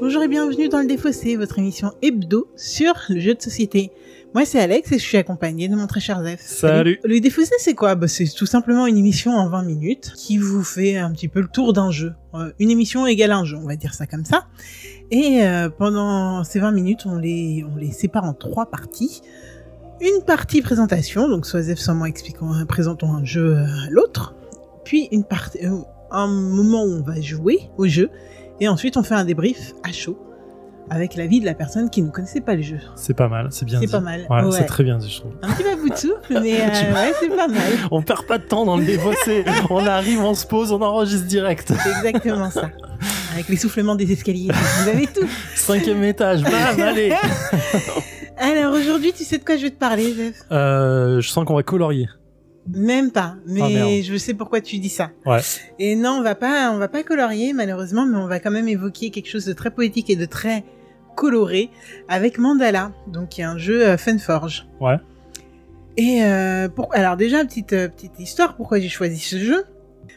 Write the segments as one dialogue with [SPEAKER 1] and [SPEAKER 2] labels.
[SPEAKER 1] Bonjour et bienvenue dans Le Défaussé, votre émission hebdo sur le jeu de société. Moi c'est Alex et je suis accompagnée de mon très cher Zef.
[SPEAKER 2] Salut.
[SPEAKER 1] Le Défaussé c'est quoi bah, C'est tout simplement une émission en 20 minutes qui vous fait un petit peu le tour d'un jeu. Euh, une émission égale un jeu, on va dire ça comme ça. Et euh, pendant ces 20 minutes, on les, on les sépare en trois parties. Une partie présentation, donc soit Zef, soit moi expliquons, euh, présentons un jeu euh, à l'autre. Puis une partie, euh, un moment où on va jouer au jeu. Et ensuite, on fait un débrief à chaud avec l'avis de la personne qui ne connaissait pas le jeu.
[SPEAKER 2] C'est pas mal, c'est bien
[SPEAKER 1] C'est
[SPEAKER 2] dit.
[SPEAKER 1] pas mal.
[SPEAKER 2] Ouais,
[SPEAKER 1] ouais.
[SPEAKER 2] c'est très bien dit, je trouve.
[SPEAKER 1] Un petit peu à bout de souffle, mais euh,
[SPEAKER 2] Tu-
[SPEAKER 1] ouais, c'est pas mal.
[SPEAKER 2] On perd pas de temps dans le dévossé. on arrive, on se pose, on enregistre direct.
[SPEAKER 1] C'est exactement ça. Avec les soufflements des escaliers, vous avez tout.
[SPEAKER 2] Cinquième étage, bam, allez.
[SPEAKER 1] Alors aujourd'hui, tu sais de quoi je vais te parler, Zef
[SPEAKER 2] Euh, je sens qu'on va colorier.
[SPEAKER 1] Même pas,
[SPEAKER 2] Ah,
[SPEAKER 1] mais
[SPEAKER 2] merde.
[SPEAKER 1] je sais pourquoi tu dis ça.
[SPEAKER 2] Ouais.
[SPEAKER 1] Et non, on va pas, on va pas colorier malheureusement, mais on va quand même évoquer quelque chose de très poétique et de très coloré avec Mandala, donc qui est un jeu euh, Funforge.
[SPEAKER 2] Ouais.
[SPEAKER 1] Et euh, pour, alors déjà petite euh, petite histoire, pourquoi j'ai choisi ce jeu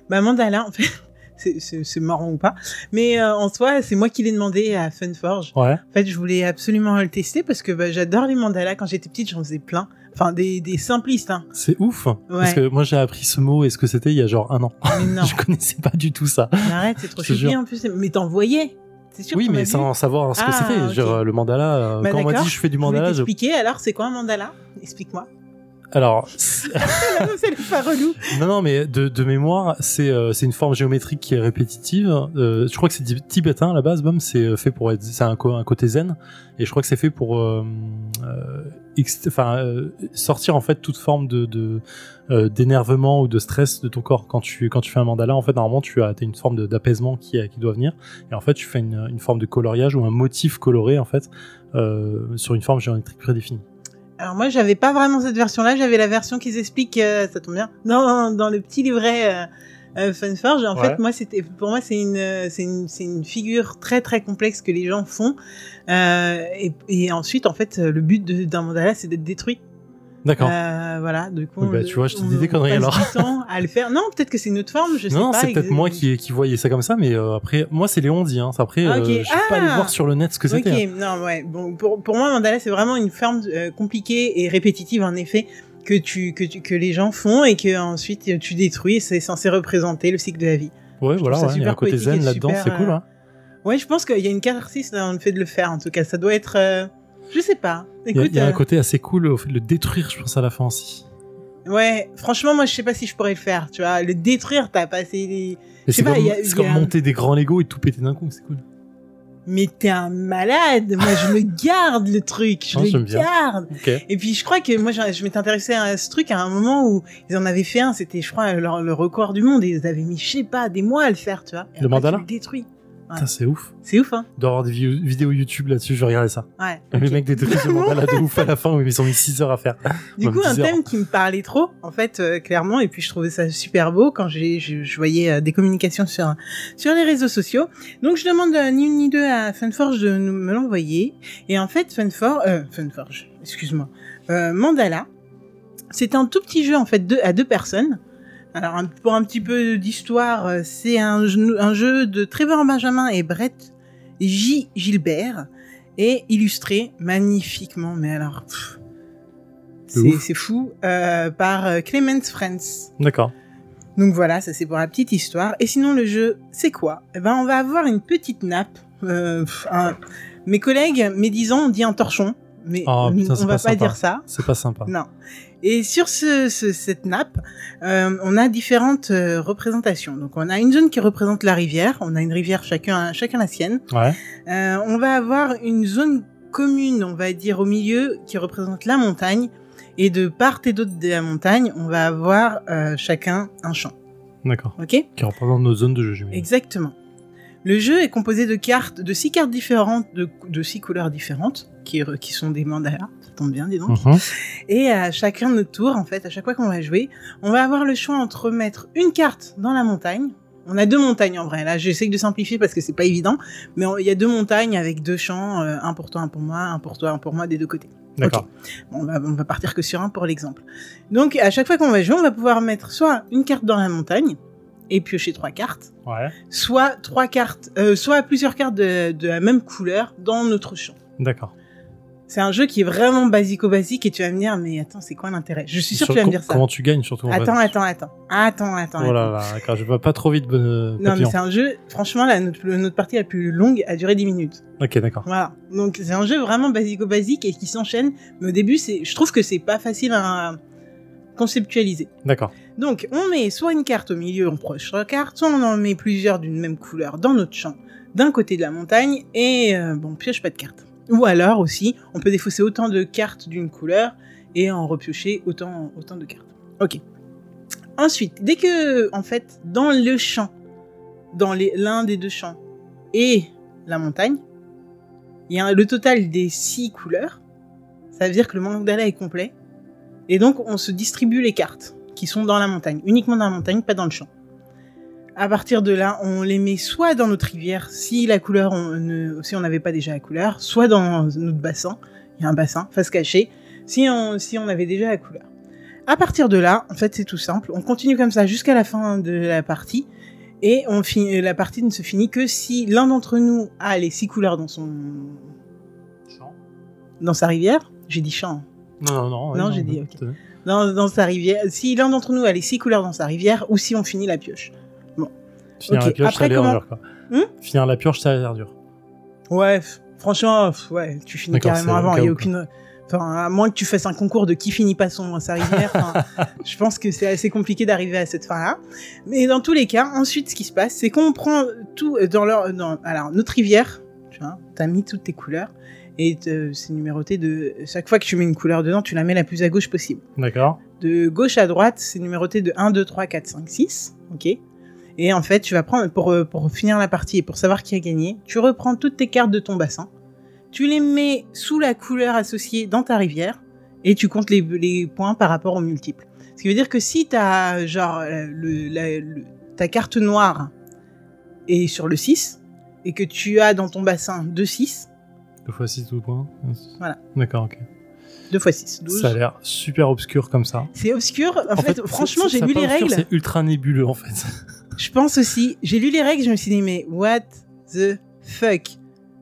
[SPEAKER 1] Bah Mandala, en fait, c'est- c'est c'est marrant ou pas, mais euh, en soi, c'est moi qui l'ai demandé à Funforge.
[SPEAKER 2] Ouais.
[SPEAKER 1] En fait, je voulais absolument le tester parce que bah, j'adore les mandalas. Quand j'étais petite, j'en faisais plein. Enfin, des, des simplistes, hein.
[SPEAKER 2] C'est ouf. Parce que moi, j'ai appris ce mot et ce que c'était il y a genre un an.
[SPEAKER 1] Mais non,
[SPEAKER 2] Je connaissais pas du tout ça.
[SPEAKER 1] mais arrête, c'est trop
[SPEAKER 2] Je te
[SPEAKER 1] chiant
[SPEAKER 2] jure.
[SPEAKER 1] en plus. Mais t'en voyais. C'est sûr
[SPEAKER 2] oui,
[SPEAKER 1] qu'on a
[SPEAKER 2] mais
[SPEAKER 1] vu.
[SPEAKER 2] sans savoir ce que
[SPEAKER 1] Ah,
[SPEAKER 2] c'était.
[SPEAKER 1] ok.
[SPEAKER 2] Genre, le mandala, euh,
[SPEAKER 1] Bah,
[SPEAKER 2] quand on m'a
[SPEAKER 1] d'accord.
[SPEAKER 2] dit je fais du
[SPEAKER 1] Je voulais
[SPEAKER 2] mandala, je.
[SPEAKER 1] t'expliquer, alors c'est quoi un mandala Explique-moi.
[SPEAKER 2] Alors, c'est-
[SPEAKER 1] La meuf, elle est pas relou.
[SPEAKER 2] non, non, mais de, de mémoire, c'est euh, c'est une forme géométrique qui est répétitive. Euh, je crois que c'est di- tibétain à la base, même. C'est euh, fait pour être. C'est un, co- un côté zen. Et je crois que c'est fait pour. euh, euh, ex- Enfin, euh, sortir en fait toute forme de de, euh, d'énervement ou de stress de ton corps quand tu quand tu fais un mandala en fait normalement tu as t'as une forme de- d'apaisement qui qui doit venir et en fait tu fais une, une forme de coloriage ou un motif coloré en fait euh, sur une forme géométrique prédéfinie.
[SPEAKER 1] Alors moi, j'avais pas vraiment cette version-là. J'avais la version qu'ils expliquent, euh, ça tombe bien, dans, dans le petit livret euh, euh, Funforge. En
[SPEAKER 2] Ouais.
[SPEAKER 1] fait, moi, c'était pour moi, c'est une, euh, c'est une, c'est une figure très très complexe que les gens font. Euh, et, et ensuite, en fait, euh, le but de- d'un mandala, c'est d'être détruit.
[SPEAKER 2] D'accord.
[SPEAKER 1] Euh, voilà, du coup.
[SPEAKER 2] Oui, bah,
[SPEAKER 1] on-
[SPEAKER 2] tu vois, je te
[SPEAKER 1] on-
[SPEAKER 2] dis des
[SPEAKER 1] on passe
[SPEAKER 2] conneries, alors.
[SPEAKER 1] du temps à le faire. Non, peut-être que c'est une autre forme, je sais
[SPEAKER 2] non,
[SPEAKER 1] pas.
[SPEAKER 2] c'est peut-être
[SPEAKER 1] exa-
[SPEAKER 2] moi qui, qui voyais ça comme ça, mais euh, après, moi c'est Léon dit, hein. après,
[SPEAKER 1] Ah,
[SPEAKER 2] euh,
[SPEAKER 1] ok.
[SPEAKER 2] je suis pas allé
[SPEAKER 1] Ah
[SPEAKER 2] voir sur le net ce que
[SPEAKER 1] Ok,
[SPEAKER 2] c'était. hein.
[SPEAKER 1] non, ouais. Bon, pour, pour moi, mandala, c'est vraiment une forme euh, compliquée et répétitive, en effet, que tu, que tu, que les gens font et que ensuite euh, tu détruis. et C'est censé représenter le cycle de la vie.
[SPEAKER 2] Ouais, voilà,
[SPEAKER 1] ça
[SPEAKER 2] ouais, il y a
[SPEAKER 1] super
[SPEAKER 2] un côté
[SPEAKER 1] poétique et
[SPEAKER 2] zen là-dedans,
[SPEAKER 1] super,
[SPEAKER 2] c'est cool.
[SPEAKER 1] euh,
[SPEAKER 2] Hein.
[SPEAKER 1] Ouais, je pense qu'il y a une catharsis dans le fait de le faire. En tout cas, ça doit être, euh, je sais pas.
[SPEAKER 2] Il y a-
[SPEAKER 1] Écoute,
[SPEAKER 2] il y, a
[SPEAKER 1] euh,
[SPEAKER 2] un côté assez cool au fait de le détruire, je pense, à la fin aussi.
[SPEAKER 1] ouais. Franchement, moi, je sais pas si je pourrais le faire. Tu vois, le détruire, t'as passé des.
[SPEAKER 2] Et
[SPEAKER 1] Je sais
[SPEAKER 2] C'est
[SPEAKER 1] pas,
[SPEAKER 2] comme,
[SPEAKER 1] il y a-
[SPEAKER 2] c'est
[SPEAKER 1] il y
[SPEAKER 2] comme
[SPEAKER 1] a-
[SPEAKER 2] monter des grands Lego et tout péter d'un coup, c'est cool.
[SPEAKER 1] Mais t'es un malade. Moi, je le garde le truc. Je
[SPEAKER 2] Non,
[SPEAKER 1] le
[SPEAKER 2] j'aime bien.
[SPEAKER 1] garde.
[SPEAKER 2] Ok.
[SPEAKER 1] Et puis je crois que moi j'en- je m'étais intéressée à ce truc à un moment où ils en avaient fait un, c'était je crois leur- le record du monde et ils avaient mis je sais pas des mois à le faire, tu vois. Et
[SPEAKER 2] Le
[SPEAKER 1] après,
[SPEAKER 2] mandala
[SPEAKER 1] tu le détruit.
[SPEAKER 2] Putain, c'est ouf.
[SPEAKER 1] C'est ouf hein.
[SPEAKER 2] D'avoir des vi- vidéos YouTube là-dessus, je vais regarder ça.
[SPEAKER 1] Ouais.
[SPEAKER 2] Les
[SPEAKER 1] ok.
[SPEAKER 2] mecs détruisent le mandala de ouf à la fin, mais ils ont mis 6 heures à faire.
[SPEAKER 1] Du
[SPEAKER 2] même
[SPEAKER 1] coup un
[SPEAKER 2] 10 heures.
[SPEAKER 1] thème qui me parlait trop en fait euh, clairement et puis je trouvais ça super beau quand j'ai je, je voyais euh, des communications sur sur les réseaux sociaux. Donc je demande euh, ni une ni deux à Funforge de nous me l'envoyer et en fait Funforge euh, Funforge, excuse-moi. Euh, Mandala c'est un tout petit jeu en fait deux, à deux personnes. Alors un- pour un petit peu d'histoire, euh, c'est un, jeu- un jeu de Trevor Benjamin et Brett J. Gilbert et illustré magnifiquement, mais alors pff,
[SPEAKER 2] De
[SPEAKER 1] c'est
[SPEAKER 2] ouf.
[SPEAKER 1] c'est fou, euh, par euh, Clemens Friends.
[SPEAKER 2] D'accord.
[SPEAKER 1] Donc voilà, ça c'est pour la petite histoire. Et sinon le jeu, c'est quoi Eh ben on va avoir une petite nappe. euh, pff, un- mes collègues, mes disons, on dit un torchon, mais
[SPEAKER 2] Oh,
[SPEAKER 1] on-
[SPEAKER 2] putain, c'est
[SPEAKER 1] on va
[SPEAKER 2] pas
[SPEAKER 1] pas
[SPEAKER 2] sympa.
[SPEAKER 1] dire ça.
[SPEAKER 2] C'est pas sympa.
[SPEAKER 1] Non. Et sur ce, ce- cette nappe, euh, on a différentes euh, représentations. Donc on a une zone qui représente la rivière, on a une rivière chacun, chacun la sienne.
[SPEAKER 2] Ouais.
[SPEAKER 1] Euh, on va avoir une zone commune, on va dire, au milieu, qui représente la montagne. Et de part et d'autre de la montagne, on va avoir euh, chacun un champ.
[SPEAKER 2] D'accord.
[SPEAKER 1] Ok
[SPEAKER 2] Qui représente nos zones de jeu jumelles.
[SPEAKER 1] Exactement. Le jeu est composé de cartes, de six cartes différentes, de, de six couleurs différentes, qui, re- qui sont des mandalas. Ça tombe bien, dis donc.
[SPEAKER 2] Mhm.
[SPEAKER 1] Et à chacun de notre tour, en fait, à chaque fois qu'on va jouer, on va avoir le choix entre mettre une carte dans la montagne. On a deux montagnes en vrai. Là, j'essaie de simplifier parce que c'est pas évident, mais on- il y a deux montagnes avec deux champs, euh, un pour toi, un pour moi, un pour toi, un pour moi, des deux côtés.
[SPEAKER 2] D'accord.
[SPEAKER 1] Bon, on, va, on va partir que sur un pour l'exemple. Donc, à chaque fois qu'on va jouer, on va pouvoir mettre soit une carte dans la montagne et piocher trois cartes,
[SPEAKER 2] Ouais.
[SPEAKER 1] soit trois cartes, euh, soit plusieurs cartes de, de la même couleur dans notre champ.
[SPEAKER 2] D'accord.
[SPEAKER 1] C'est un jeu qui est vraiment basico-basique et tu vas me dire, mais attends, c'est quoi l'intérêt Je suis sûr que
[SPEAKER 2] Sur-
[SPEAKER 1] tu vas me
[SPEAKER 2] com-
[SPEAKER 1] dire ça.
[SPEAKER 2] Comment bah, tu gagnes surtout en
[SPEAKER 1] Attends,
[SPEAKER 2] fait.
[SPEAKER 1] attends, attends. Attends, attends,
[SPEAKER 2] Oh là
[SPEAKER 1] attends.
[SPEAKER 2] là, d'accord, je vais pas trop vite, bonne euh,
[SPEAKER 1] Non, mais
[SPEAKER 2] papillon.
[SPEAKER 1] c'est un jeu, franchement, la, notre, notre partie la plus longue a duré 10 minutes.
[SPEAKER 2] Ok, d'accord.
[SPEAKER 1] Voilà. Donc, c'est un jeu vraiment basico-basique et qui s'enchaîne. Mais au début, c'est, je trouve que c'est pas facile à conceptualiser.
[SPEAKER 2] D'accord.
[SPEAKER 1] Donc, on met soit une carte au milieu, on proche trois cartes, soit on en met plusieurs d'une même couleur dans notre champ, d'un côté de la montagne, et euh, bon, on pioche pas de cartes. Ou alors aussi, on peut défausser autant de cartes d'une couleur et en repiocher autant, autant de cartes. Ok. Ensuite, dès que, en fait, dans le champ, dans les- l'un des deux champs et la montagne, il y a le total des six couleurs, ça veut dire que le mandala est complet. Et donc, on se distribue les cartes qui sont dans la montagne, uniquement dans la montagne, pas dans le champ. À partir de là, on les met soit dans notre rivière, si la couleur, on ne, si on n'avait pas déjà la couleur, soit dans notre bassin. Il y a un bassin, face cachée, si on, si on avait déjà la couleur. À partir de là, en fait, c'est tout simple. On continue comme ça jusqu'à la fin de la partie. Et on finit, la partie ne se finit que si l'un d'entre nous a les six couleurs dans son, dans sa rivière. J'ai dit champ.
[SPEAKER 2] Non, non, non. ouais,
[SPEAKER 1] Non, j'ai dit, ok.
[SPEAKER 2] t'as-
[SPEAKER 1] dans, dans sa rivière. Si l'un d'entre nous a les six couleurs dans sa rivière, ou si on finit la pioche.
[SPEAKER 2] Finir
[SPEAKER 1] Ok,
[SPEAKER 2] la pioche, ça a
[SPEAKER 1] après,
[SPEAKER 2] l'air
[SPEAKER 1] comment-
[SPEAKER 2] dur, quoi.
[SPEAKER 1] Hmm
[SPEAKER 2] Finir la pioche, ça a l'air dur.
[SPEAKER 1] Ouais, f- franchement, f- ouais, tu finis
[SPEAKER 2] D'accord,
[SPEAKER 1] carrément
[SPEAKER 2] c'est
[SPEAKER 1] avant. Il
[SPEAKER 2] au
[SPEAKER 1] y
[SPEAKER 2] cas
[SPEAKER 1] a
[SPEAKER 2] où,
[SPEAKER 1] aucune. Enfin, à moins que tu fasses un concours de qui finit pas son sa rivière. enfin, je pense que c'est assez compliqué d'arriver à cette fin-là. Mais dans tous les cas, ensuite, ce qui se passe, c'est qu'on prend tout euh, dans leur. Dans, alors, notre rivière, tu vois, t'as mis toutes tes couleurs. Et euh, c'est numéroté de. Chaque fois que tu mets une couleur dedans, tu la mets la plus à gauche possible.
[SPEAKER 2] D'accord.
[SPEAKER 1] De gauche à droite, c'est numéroté de 1, 2, 3, 4, 5, 6. Ok Et en fait, tu vas prendre, pour, euh, pour finir la partie et pour savoir qui a gagné, tu reprends toutes tes cartes de ton bassin, tu les mets sous la couleur associée dans ta rivière, et tu comptes les, les points par rapport aux multiples. Ce qui veut dire que si t'as, genre, euh, le- la- le- ta carte noire est sur le 6, et que tu as dans ton bassin 2, 6,
[SPEAKER 2] Deux fois six, tout point.
[SPEAKER 1] Voilà.
[SPEAKER 2] D'accord, ok.
[SPEAKER 1] 2 x 6, 12.
[SPEAKER 2] Ça a l'air super obscur comme ça.
[SPEAKER 1] C'est obscur. En, fait,
[SPEAKER 2] c'est-
[SPEAKER 1] franchement,
[SPEAKER 2] c'est-
[SPEAKER 1] j'ai
[SPEAKER 2] ça
[SPEAKER 1] lu
[SPEAKER 2] pas
[SPEAKER 1] les
[SPEAKER 2] obscur,
[SPEAKER 1] règles.
[SPEAKER 2] C'est ultra nébuleux en fait.
[SPEAKER 1] Je pense aussi, j'ai lu les règles, je me suis dit, mais what the fuck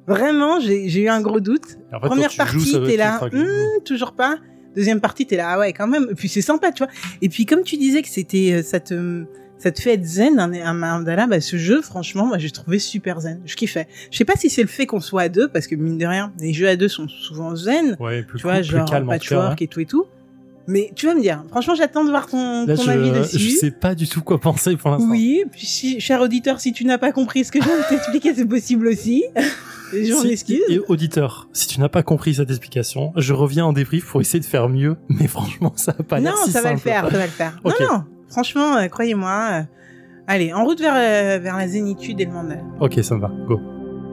[SPEAKER 1] Vraiment, j'ai j'ai eu un gros doute.
[SPEAKER 2] Et en fait,
[SPEAKER 1] Première
[SPEAKER 2] quand tu
[SPEAKER 1] partie,
[SPEAKER 2] joues, ça doit
[SPEAKER 1] t'es
[SPEAKER 2] être
[SPEAKER 1] là,
[SPEAKER 2] ultra
[SPEAKER 1] hmm, toujours pas. Deuxième partie, t'es là, ah ouais, quand même. Et puis c'est sympa, tu vois. Et puis comme tu disais que c'était, euh, ça te, ça te fait être zen, un, un mandala, bah, ce jeu, franchement, moi j'ai trouvé super zen. Je kiffais. Je sais pas si c'est le fait qu'on soit à deux, parce que mine de rien, les jeux à deux sont souvent zen.
[SPEAKER 2] Ouais, plus,
[SPEAKER 1] Tu vois,
[SPEAKER 2] cool, plus
[SPEAKER 1] genre
[SPEAKER 2] calme en tout cas. hein.
[SPEAKER 1] patchwork
[SPEAKER 2] ouais.
[SPEAKER 1] et tout et tout. Mais tu vas me dire, franchement, j'attends de voir ton,
[SPEAKER 2] Là,
[SPEAKER 1] ton avis
[SPEAKER 2] je,
[SPEAKER 1] dessus.
[SPEAKER 2] je sais pas du tout quoi penser pour l'instant.
[SPEAKER 1] Oui, puis si- cher auditeur, si tu n'as pas compris ce que je viens de t'expliquer, c'est possible aussi. Je m'en
[SPEAKER 2] Si-
[SPEAKER 1] excuse.
[SPEAKER 2] Et auditeur, si tu n'as pas compris cette explication, je reviens en débrief pour essayer de faire mieux, mais franchement, ça va pas
[SPEAKER 1] Non,
[SPEAKER 2] l'air si
[SPEAKER 1] ça va le
[SPEAKER 2] simple.
[SPEAKER 1] faire, ça va le faire.
[SPEAKER 2] Ok.
[SPEAKER 1] Non, non, franchement, euh, croyez-moi. euh, allez, en route vers, euh, vers la zénitude et le mandat.
[SPEAKER 2] Ok, ça me va, go.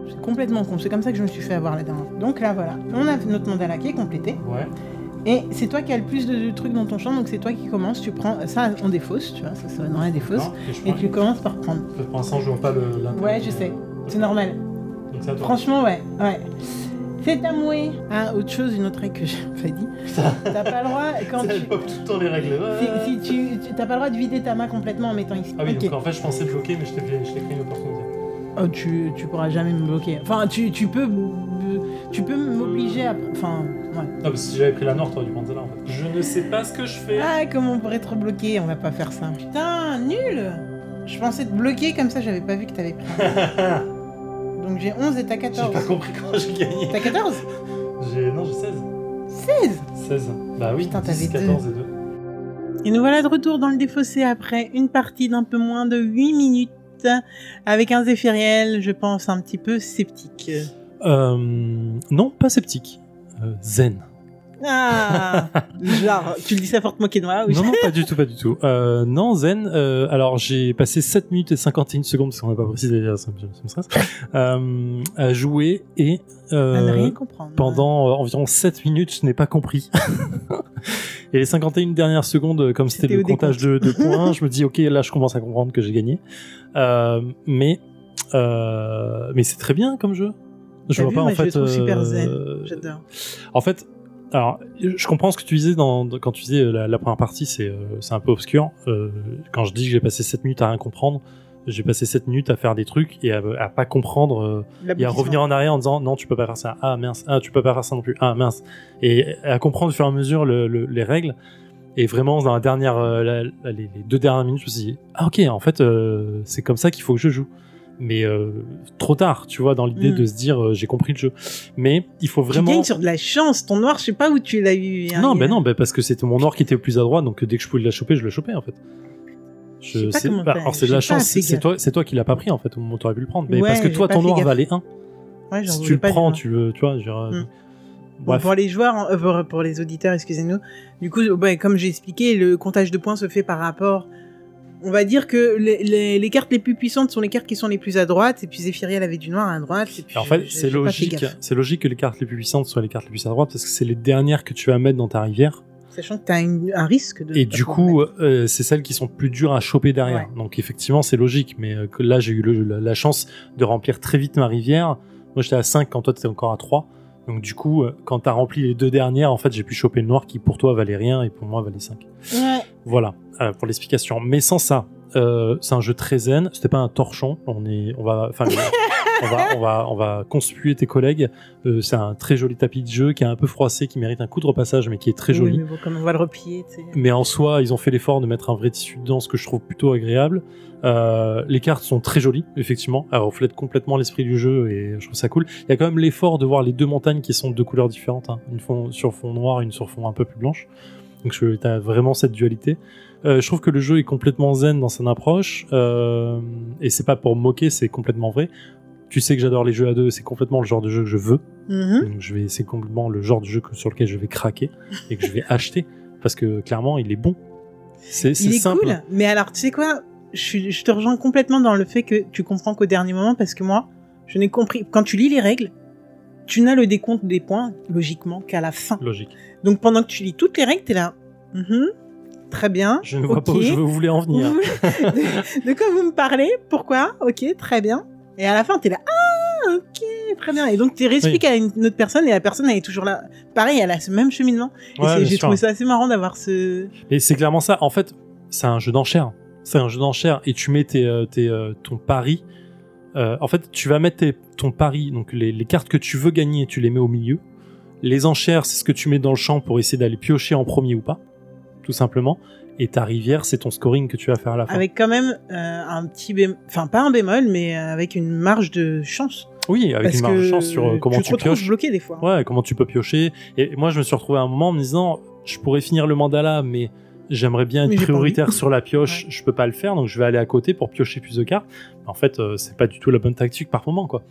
[SPEAKER 1] C'est complètement con, c'est comme ça que je me suis fait avoir la dernière fois. Donc là, voilà, on a notre mandala qui est complété.
[SPEAKER 2] Ouais.
[SPEAKER 1] Et c'est toi qui as le plus de, de trucs dans ton champ, donc c'est toi qui commences. Tu prends ça, on défausse, tu vois, ça, ça va dans la défausse. Et tu commences par prendre.
[SPEAKER 2] Pour l'instant, je vois pas le.
[SPEAKER 1] Ouais, je sais, c'est normal.
[SPEAKER 2] Donc, ça
[SPEAKER 1] Franchement, ouais, ouais. C'est à mouer. Ah, autre chose, une autre règle que j'ai pas dit. T'as pas le droit, quand tu...
[SPEAKER 2] tout le temps les règles.
[SPEAKER 1] Si, si tu, tu- t'as pas le droit de vider ta main complètement en mettant ici. Ok.
[SPEAKER 2] Ah en fait, je pensais bloquer, mais je t'ai créé une opportunité.
[SPEAKER 1] Oh, tu, tu pourras jamais me bloquer. Enfin, tu, tu peux... Tu peux m'obliger à... Enfin, ouais.
[SPEAKER 2] Non, parce que si j'avais pris la noire, t'aurais dû prendre là en fait. Je ne sais pas ce que je fais.
[SPEAKER 1] Ah, comment on pourrait te bloquer On va pas faire ça. Putain, nul Je pensais te bloquer comme ça, j'avais pas vu que t'avais pris. Donc j'ai 11 et t'as 14.
[SPEAKER 2] compris quand j'ai gagné.
[SPEAKER 1] T'as 14
[SPEAKER 2] J'ai... Non, j'ai 16.
[SPEAKER 1] 16
[SPEAKER 2] 16. Bah oui,
[SPEAKER 1] Putain,
[SPEAKER 2] 10,
[SPEAKER 1] t'avais
[SPEAKER 2] 14 et 2.
[SPEAKER 1] Et nous voilà de retour dans le défaussé après une partie d'un peu moins de 8 minutes avec un Zéphiriel, je pense, un petit peu sceptique.
[SPEAKER 2] Euh, non, pas sceptique. Euh, zen.
[SPEAKER 1] Ah Genre, tu le dis ça pour te moquer de moi ou
[SPEAKER 2] Non, non, pas du tout, pas du tout. Euh, non, Zen, euh, alors j'ai passé 7 minutes et 51 secondes, parce qu'on n'a pas précisé, euh, ça me, ça me stresse, euh, à jouer et
[SPEAKER 1] À ne
[SPEAKER 2] euh,
[SPEAKER 1] rien comprendre.
[SPEAKER 2] pendant euh, environ 7 minutes, je n'ai pas compris. et les 51 dernières secondes, euh, comme c'était
[SPEAKER 1] C'était
[SPEAKER 2] le
[SPEAKER 1] au décompte.
[SPEAKER 2] comptage de, de points, je me dis, ok, là je commence à comprendre que j'ai gagné. Euh, mais euh, mais c'est très bien comme jeu. Je
[SPEAKER 1] T'as
[SPEAKER 2] vois
[SPEAKER 1] vu,
[SPEAKER 2] pas
[SPEAKER 1] moi,
[SPEAKER 2] en
[SPEAKER 1] je le
[SPEAKER 2] fait.
[SPEAKER 1] trouve super
[SPEAKER 2] euh,
[SPEAKER 1] zen. J'adore.
[SPEAKER 2] en fait, alors, je comprends ce que tu disais dans, dans- quand tu disais euh, la, la première partie, c'est euh, c'est un peu obscur. Euh, quand je dis que j'ai passé 7 minutes à rien comprendre, j'ai passé 7 minutes à faire des trucs et à, à pas comprendre euh, et à revenir en arrière en disant non, tu peux pas faire ça, ah mince, ah tu peux pas faire ça non plus, ah mince. Et à comprendre au fur et à mesure le- le- les règles. Et vraiment, dans la dernière, euh, la- la- les, les deux dernières minutes, je me suis dit ah ok, en fait, euh, c'est comme ça qu'il faut que je joue. Mais euh, trop tard, tu vois, dans l'idée
[SPEAKER 1] Mm.
[SPEAKER 2] de se dire euh, j'ai compris le jeu. Mais il faut
[SPEAKER 1] Tu
[SPEAKER 2] vraiment.
[SPEAKER 1] gagnes sur de la chance. Ton noir, je sais pas où tu l'as eu. hein,
[SPEAKER 2] Non,
[SPEAKER 1] il y a-
[SPEAKER 2] ben non, ben parce que c'était mon or qui était le plus à droite, donc dès que je pouvais la choper, je le chopais en fait.
[SPEAKER 1] Je sais pas
[SPEAKER 2] c'est-
[SPEAKER 1] comment
[SPEAKER 2] bah,
[SPEAKER 1] t'as-
[SPEAKER 2] alors c'est de
[SPEAKER 1] j'ai
[SPEAKER 2] la
[SPEAKER 1] pas
[SPEAKER 2] chance,
[SPEAKER 1] fait
[SPEAKER 2] c'est c'est
[SPEAKER 1] gaffe.
[SPEAKER 2] toi, c'est toi qui l'as pas pris en fait. Au moment où t'aurais pu le prendre, mais
[SPEAKER 1] Ouais,
[SPEAKER 2] parce que
[SPEAKER 1] j'ai
[SPEAKER 2] toi,
[SPEAKER 1] pas
[SPEAKER 2] ton
[SPEAKER 1] fait
[SPEAKER 2] or
[SPEAKER 1] gaffe.
[SPEAKER 2] valait 1
[SPEAKER 1] Ouais, j'en
[SPEAKER 2] Si tu
[SPEAKER 1] voulais
[SPEAKER 2] le
[SPEAKER 1] pas du
[SPEAKER 2] prends,
[SPEAKER 1] noir.
[SPEAKER 2] tu le, tu vois, je dirais, euh,
[SPEAKER 1] Mm. Bon,
[SPEAKER 2] bref.
[SPEAKER 1] pour les joueurs, euh, pour, pour les auditeurs, excusez-nous. Du coup, bah, comme j'ai expliqué, le comptage de points se fait par rapport. On va dire que les, les- les cartes les plus puissantes sont les cartes qui sont les plus à droite, et puis Zéphiriel avait du noir à droite. Et puis
[SPEAKER 2] Alors, en
[SPEAKER 1] je-
[SPEAKER 2] fait,
[SPEAKER 1] je-
[SPEAKER 2] c'est
[SPEAKER 1] j'ai pas fait
[SPEAKER 2] logique,
[SPEAKER 1] gaffe.
[SPEAKER 2] c'est logique que les cartes les plus puissantes soient les cartes les plus à droite parce que c'est les dernières que tu vas mettre dans ta rivière.
[SPEAKER 1] Sachant que t'as une- un risque de.
[SPEAKER 2] Et
[SPEAKER 1] pas
[SPEAKER 2] du
[SPEAKER 1] pouvoir
[SPEAKER 2] coup, euh, c'est celles qui sont plus dures à choper derrière. Donc effectivement, c'est logique. Mais euh, que là, j'ai eu le- la, la chance de remplir très vite ma rivière. Moi, j'étais à 5 quand toi, t'étais encore à 3. Donc du coup, euh, quand t'as rempli les deux dernières, en fait, j'ai pu choper le noir qui pour toi valait rien et pour moi valait 5.
[SPEAKER 1] mettre. Ouais.
[SPEAKER 2] Voilà euh, pour l'explication. Mais sans ça, euh, c'est un jeu très zen. C'était pas un torchon. On est, on va, enfin, on va, on va, on va conspuer tes collègues. Euh, c'est un très joli tapis de jeu qui est un peu froissé, qui mérite un coup de repassage, mais qui est très
[SPEAKER 1] Oui,
[SPEAKER 2] joli.
[SPEAKER 1] mais bon, comme on va le replier, tu sais.
[SPEAKER 2] Mais en soi, ils ont fait l'effort de mettre un vrai tissu dedans, ce que je trouve plutôt agréable. Euh, les cartes sont très jolies, effectivement. Elles reflètent complètement l'esprit du jeu et je trouve ça cool. Il y a quand même l'effort de voir les deux montagnes qui sont de couleurs différentes. hein. Une fond- sur fond noir, une sur fond un peu plus blanche. Donc je- t'as vraiment cette dualité. Euh, je trouve que le jeu est complètement zen dans son approche. Euh, et c'est pas pour moquer, c'est complètement vrai. Tu sais que j'adore les jeux à deux, c'est complètement le genre de jeu que je veux.
[SPEAKER 1] Mhm.
[SPEAKER 2] Donc je vais, c'est complètement le genre de jeu que- sur lequel je vais craquer et que je vais acheter parce que clairement il est bon. C'est c'est
[SPEAKER 1] Il est
[SPEAKER 2] simple.
[SPEAKER 1] cool, mais alors tu sais quoi je, suis- je te rejoins complètement dans le fait que tu comprends qu'au dernier moment, parce que moi, je n'ai compris. Quand tu lis les règles, tu n'as le décompte des points, logiquement, qu'à la fin.
[SPEAKER 2] Logique.
[SPEAKER 1] Donc pendant que tu lis toutes les règles, t'es là. Mhm. Très bien.
[SPEAKER 2] Je ne vois pas
[SPEAKER 1] Ok.
[SPEAKER 2] où je voulais en venir.
[SPEAKER 1] Vous- de, de quoi vous me parlez Pourquoi Ok, très bien. Et à la fin, t'es là. Ah, ok, très bien. Et donc tu réexpliques à une, une autre personne et la personne elle est toujours là. Pareil, elle a ce même cheminement. Et
[SPEAKER 2] Ouais,
[SPEAKER 1] c'est-
[SPEAKER 2] bien
[SPEAKER 1] j'ai
[SPEAKER 2] sûr.
[SPEAKER 1] trouvé ça assez marrant d'avoir ce.
[SPEAKER 2] Et c'est clairement ça. En fait, c'est un jeu d'enchères. C'est un jeu d'enchères et tu mets tes, euh, tes, euh, ton pari. Euh, en fait, tu vas mettre tes- ton pari, donc les, les cartes que tu veux gagner, tu les mets au milieu. Les enchères, c'est ce que tu mets dans le champ pour essayer d'aller piocher en premier ou pas, tout simplement. Et ta rivière, c'est ton scoring que tu vas faire à la fin.
[SPEAKER 1] Avec quand même euh, un petit bémol, enfin pas un bémol, mais euh, avec une marge de chance.
[SPEAKER 2] oui, avec
[SPEAKER 1] Parce
[SPEAKER 2] une marge de
[SPEAKER 1] que
[SPEAKER 2] chance sur euh, comment
[SPEAKER 1] tu te
[SPEAKER 2] tu
[SPEAKER 1] retrouves
[SPEAKER 2] pioches.
[SPEAKER 1] bloqué des fois.
[SPEAKER 2] Ouais, comment tu peux piocher. Et moi, je me suis retrouvé à un moment en me disant, je pourrais finir le mandala, mais j'aimerais bien être
[SPEAKER 1] Mais j'ai pas
[SPEAKER 2] prioritaire sur la pioche. Je peux pas le faire, donc je vais aller à côté pour piocher plus de cartes. En fait, euh, c'est pas du tout la bonne tactique par moment, quoi.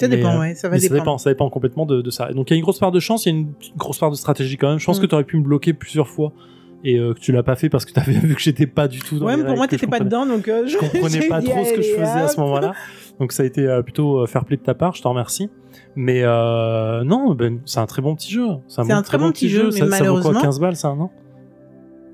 [SPEAKER 1] Ça
[SPEAKER 2] Mais,
[SPEAKER 1] dépend,
[SPEAKER 2] euh,
[SPEAKER 1] ouais, ça va
[SPEAKER 2] mais ça
[SPEAKER 1] dépendre.
[SPEAKER 2] dépend, ça dépend complètement de, de ça. Et Donc il y a une grosse part de chance, il y a une petite grosse part de stratégie quand même. Je pense
[SPEAKER 1] Mm.
[SPEAKER 2] que tu aurais pu me bloquer plusieurs fois et euh, que tu l'as pas fait parce que tu avais vu que j'étais pas du tout dans
[SPEAKER 1] Ouais,
[SPEAKER 2] les
[SPEAKER 1] mais pour
[SPEAKER 2] règles,
[SPEAKER 1] moi,
[SPEAKER 2] que
[SPEAKER 1] t'étais
[SPEAKER 2] je
[SPEAKER 1] pas
[SPEAKER 2] comprenais
[SPEAKER 1] dedans, donc euh,
[SPEAKER 2] je comprenais
[SPEAKER 1] j'ai
[SPEAKER 2] pas
[SPEAKER 1] dit,
[SPEAKER 2] trop ce que je
[SPEAKER 1] allez,
[SPEAKER 2] faisais à ce
[SPEAKER 1] hop.
[SPEAKER 2] moment-là. Donc ça a été euh, plutôt euh, fair play de ta part, je te remercie. Mais euh, non, ben, c'est un très bon petit jeu.
[SPEAKER 1] C'est un très bon petit jeu, mais
[SPEAKER 2] ça, ça vaut quoi
[SPEAKER 1] malheureusement-
[SPEAKER 2] 15 balles, ça, non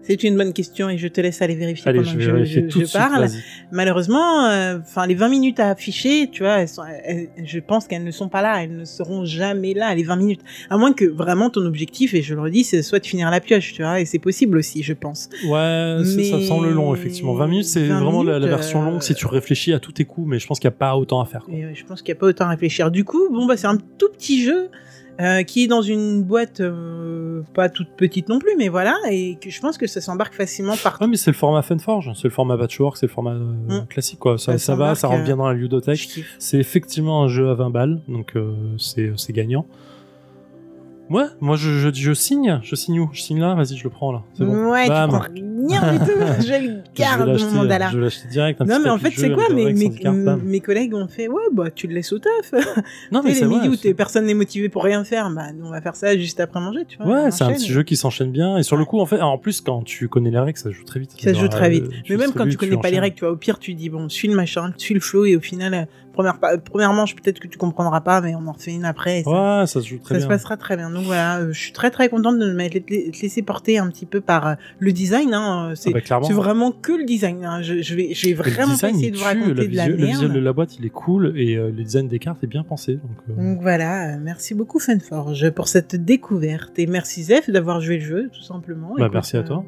[SPEAKER 1] C'est une bonne question et je te laisse aller vérifier
[SPEAKER 2] Allez,
[SPEAKER 1] pendant
[SPEAKER 2] je
[SPEAKER 1] que
[SPEAKER 2] vais
[SPEAKER 1] je,
[SPEAKER 2] vérifier
[SPEAKER 1] je-
[SPEAKER 2] tout
[SPEAKER 1] je
[SPEAKER 2] de suite.
[SPEAKER 1] parle.
[SPEAKER 2] vas-y.
[SPEAKER 1] Malheureusement, euh, enfin les 20 minutes à afficher, tu vois, elles sont- elles- elles- je pense qu'elles ne sont pas là, elles ne seront jamais là les 20 minutes. À moins que vraiment ton objectif, et je le redis, c'est soit de finir la pioche, tu vois, et c'est possible aussi, je pense.
[SPEAKER 2] Ouais, c'est- ça me
[SPEAKER 1] Mais-
[SPEAKER 2] semble long, effectivement. 20 minutes, c'est
[SPEAKER 1] 20
[SPEAKER 2] vraiment la, la
[SPEAKER 1] minutes,
[SPEAKER 2] version longue
[SPEAKER 1] euh,
[SPEAKER 2] si tu réfléchis à tous tes coups, mais je pense qu'il n'y a pas autant à faire. quoi.
[SPEAKER 1] Et euh, je pense qu'il n'y a pas autant à réfléchir. Du coup, bon bah c'est un tout petit jeu euh, qui est dans une boîte euh, pas toute petite non plus, mais voilà, et que je pense que ça s'embarque facilement partout.
[SPEAKER 2] Ouais, Ah, mais c'est le format Funforge, c'est le format Patchwork, c'est le format euh,
[SPEAKER 1] Mm.
[SPEAKER 2] classique, quoi. Ça,
[SPEAKER 1] Ça euh,
[SPEAKER 2] ça va, ça
[SPEAKER 1] s'embarque,
[SPEAKER 2] rentre bien dans la
[SPEAKER 1] Je
[SPEAKER 2] ludothèque.
[SPEAKER 1] kiffe.
[SPEAKER 2] C'est effectivement un jeu à 20 balles, donc euh, c'est c'est gagnant. Ouais, moi je, je, je signe, je signe où Je signe là, vas-y, je le prends là. C'est bon.
[SPEAKER 1] Ouais,
[SPEAKER 2] Bam.
[SPEAKER 1] tu prends rien du tout, je le
[SPEAKER 2] Je vais
[SPEAKER 1] garde
[SPEAKER 2] l'acheter, hein. euh,
[SPEAKER 1] mon mandala.
[SPEAKER 2] Je vais l'acheter direct. un
[SPEAKER 1] Non,
[SPEAKER 2] petit
[SPEAKER 1] mais en
[SPEAKER 2] tapis
[SPEAKER 1] fait,
[SPEAKER 2] de jeu
[SPEAKER 1] c'est quoi
[SPEAKER 2] avec
[SPEAKER 1] mes,
[SPEAKER 2] des
[SPEAKER 1] mes,
[SPEAKER 2] règles, 110 cartes, bam.
[SPEAKER 1] mes collègues ont fait Ouais, bah, tu le laisses au taf.
[SPEAKER 2] Non,
[SPEAKER 1] Tu
[SPEAKER 2] Ah, mais
[SPEAKER 1] sais, les
[SPEAKER 2] c'est vrai,
[SPEAKER 1] midis où
[SPEAKER 2] c'est-
[SPEAKER 1] t'es- personne n'est motivé pour rien faire, bah, nous, on va faire ça juste après manger, tu vois. on
[SPEAKER 2] Ouais, c'est un
[SPEAKER 1] enchaîne.
[SPEAKER 2] petit jeu qui s'enchaîne bien. Et sur le coup, en fait, en plus, quand tu connais les règles, ça se joue très vite.
[SPEAKER 1] Ça se joue
[SPEAKER 2] Genre,
[SPEAKER 1] très vite.
[SPEAKER 2] euh,
[SPEAKER 1] Mais même quand
[SPEAKER 2] distribues,
[SPEAKER 1] tu connais pas les
[SPEAKER 2] enchaînes.
[SPEAKER 1] règles, tu vois, au pire, tu dis Bon, suis le machin, suis le flow, et au final, euh, première, pa- première manche, peut-être que tu comprendras pas, mais on en refait une après. et ça-
[SPEAKER 2] Ouais, ça se joue
[SPEAKER 1] Ça
[SPEAKER 2] très
[SPEAKER 1] se
[SPEAKER 2] bien.
[SPEAKER 1] passera très bien. Donc voilà, euh, je suis très très contente de me laisser porter un petit peu par euh, le design. hein. hein, c'est
[SPEAKER 2] Ah bah, clairement.
[SPEAKER 1] c'est vraiment que le design. hein. Je, je vais, je vais
[SPEAKER 2] Et
[SPEAKER 1] vraiment pas essayer de vous
[SPEAKER 2] il tue,
[SPEAKER 1] raconter
[SPEAKER 2] la
[SPEAKER 1] de la
[SPEAKER 2] visu- le visuel
[SPEAKER 1] merde.
[SPEAKER 2] de la boîte, il est cool et euh, le design des cartes est bien pensé. Donc, euh,
[SPEAKER 1] Donc voilà, euh, merci beaucoup Funforge pour cette découverte et merci Zef d'avoir joué le jeu tout simplement.
[SPEAKER 2] bah,
[SPEAKER 1] Écoute,
[SPEAKER 2] merci à
[SPEAKER 1] euh,
[SPEAKER 2] toi.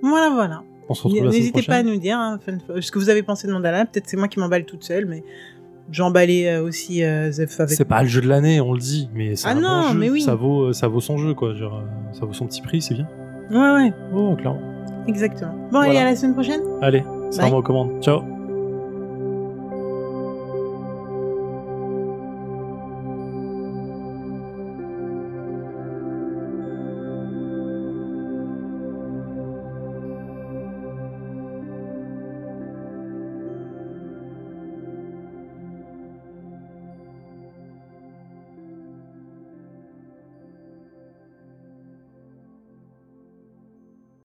[SPEAKER 1] Voilà, voilà.
[SPEAKER 2] On se retrouve la semaine
[SPEAKER 1] N'hésitez pas à
[SPEAKER 2] prochaine.
[SPEAKER 1] nous dire hein, Funforge, ce que vous avez pensé de Mandala. Peut-être c'est moi qui m'emballe toute seule, mais j'emballais euh, aussi euh, Zef avec.
[SPEAKER 2] C'est pas le jeu de l'année, on le dit, mais c'est
[SPEAKER 1] Ah
[SPEAKER 2] un bon
[SPEAKER 1] non,
[SPEAKER 2] jeu.
[SPEAKER 1] mais oui.
[SPEAKER 2] Ça vaut, euh, ça vaut son jeu, quoi. Genre, euh, ça vaut son petit prix, c'est bien.
[SPEAKER 1] Ouais, ouais,
[SPEAKER 2] Oh, clairement.
[SPEAKER 1] exactement. Bon, allez,
[SPEAKER 2] Voilà.
[SPEAKER 1] à la semaine prochaine.
[SPEAKER 2] Allez, ça
[SPEAKER 1] Bye.
[SPEAKER 2] me recommande. Ciao.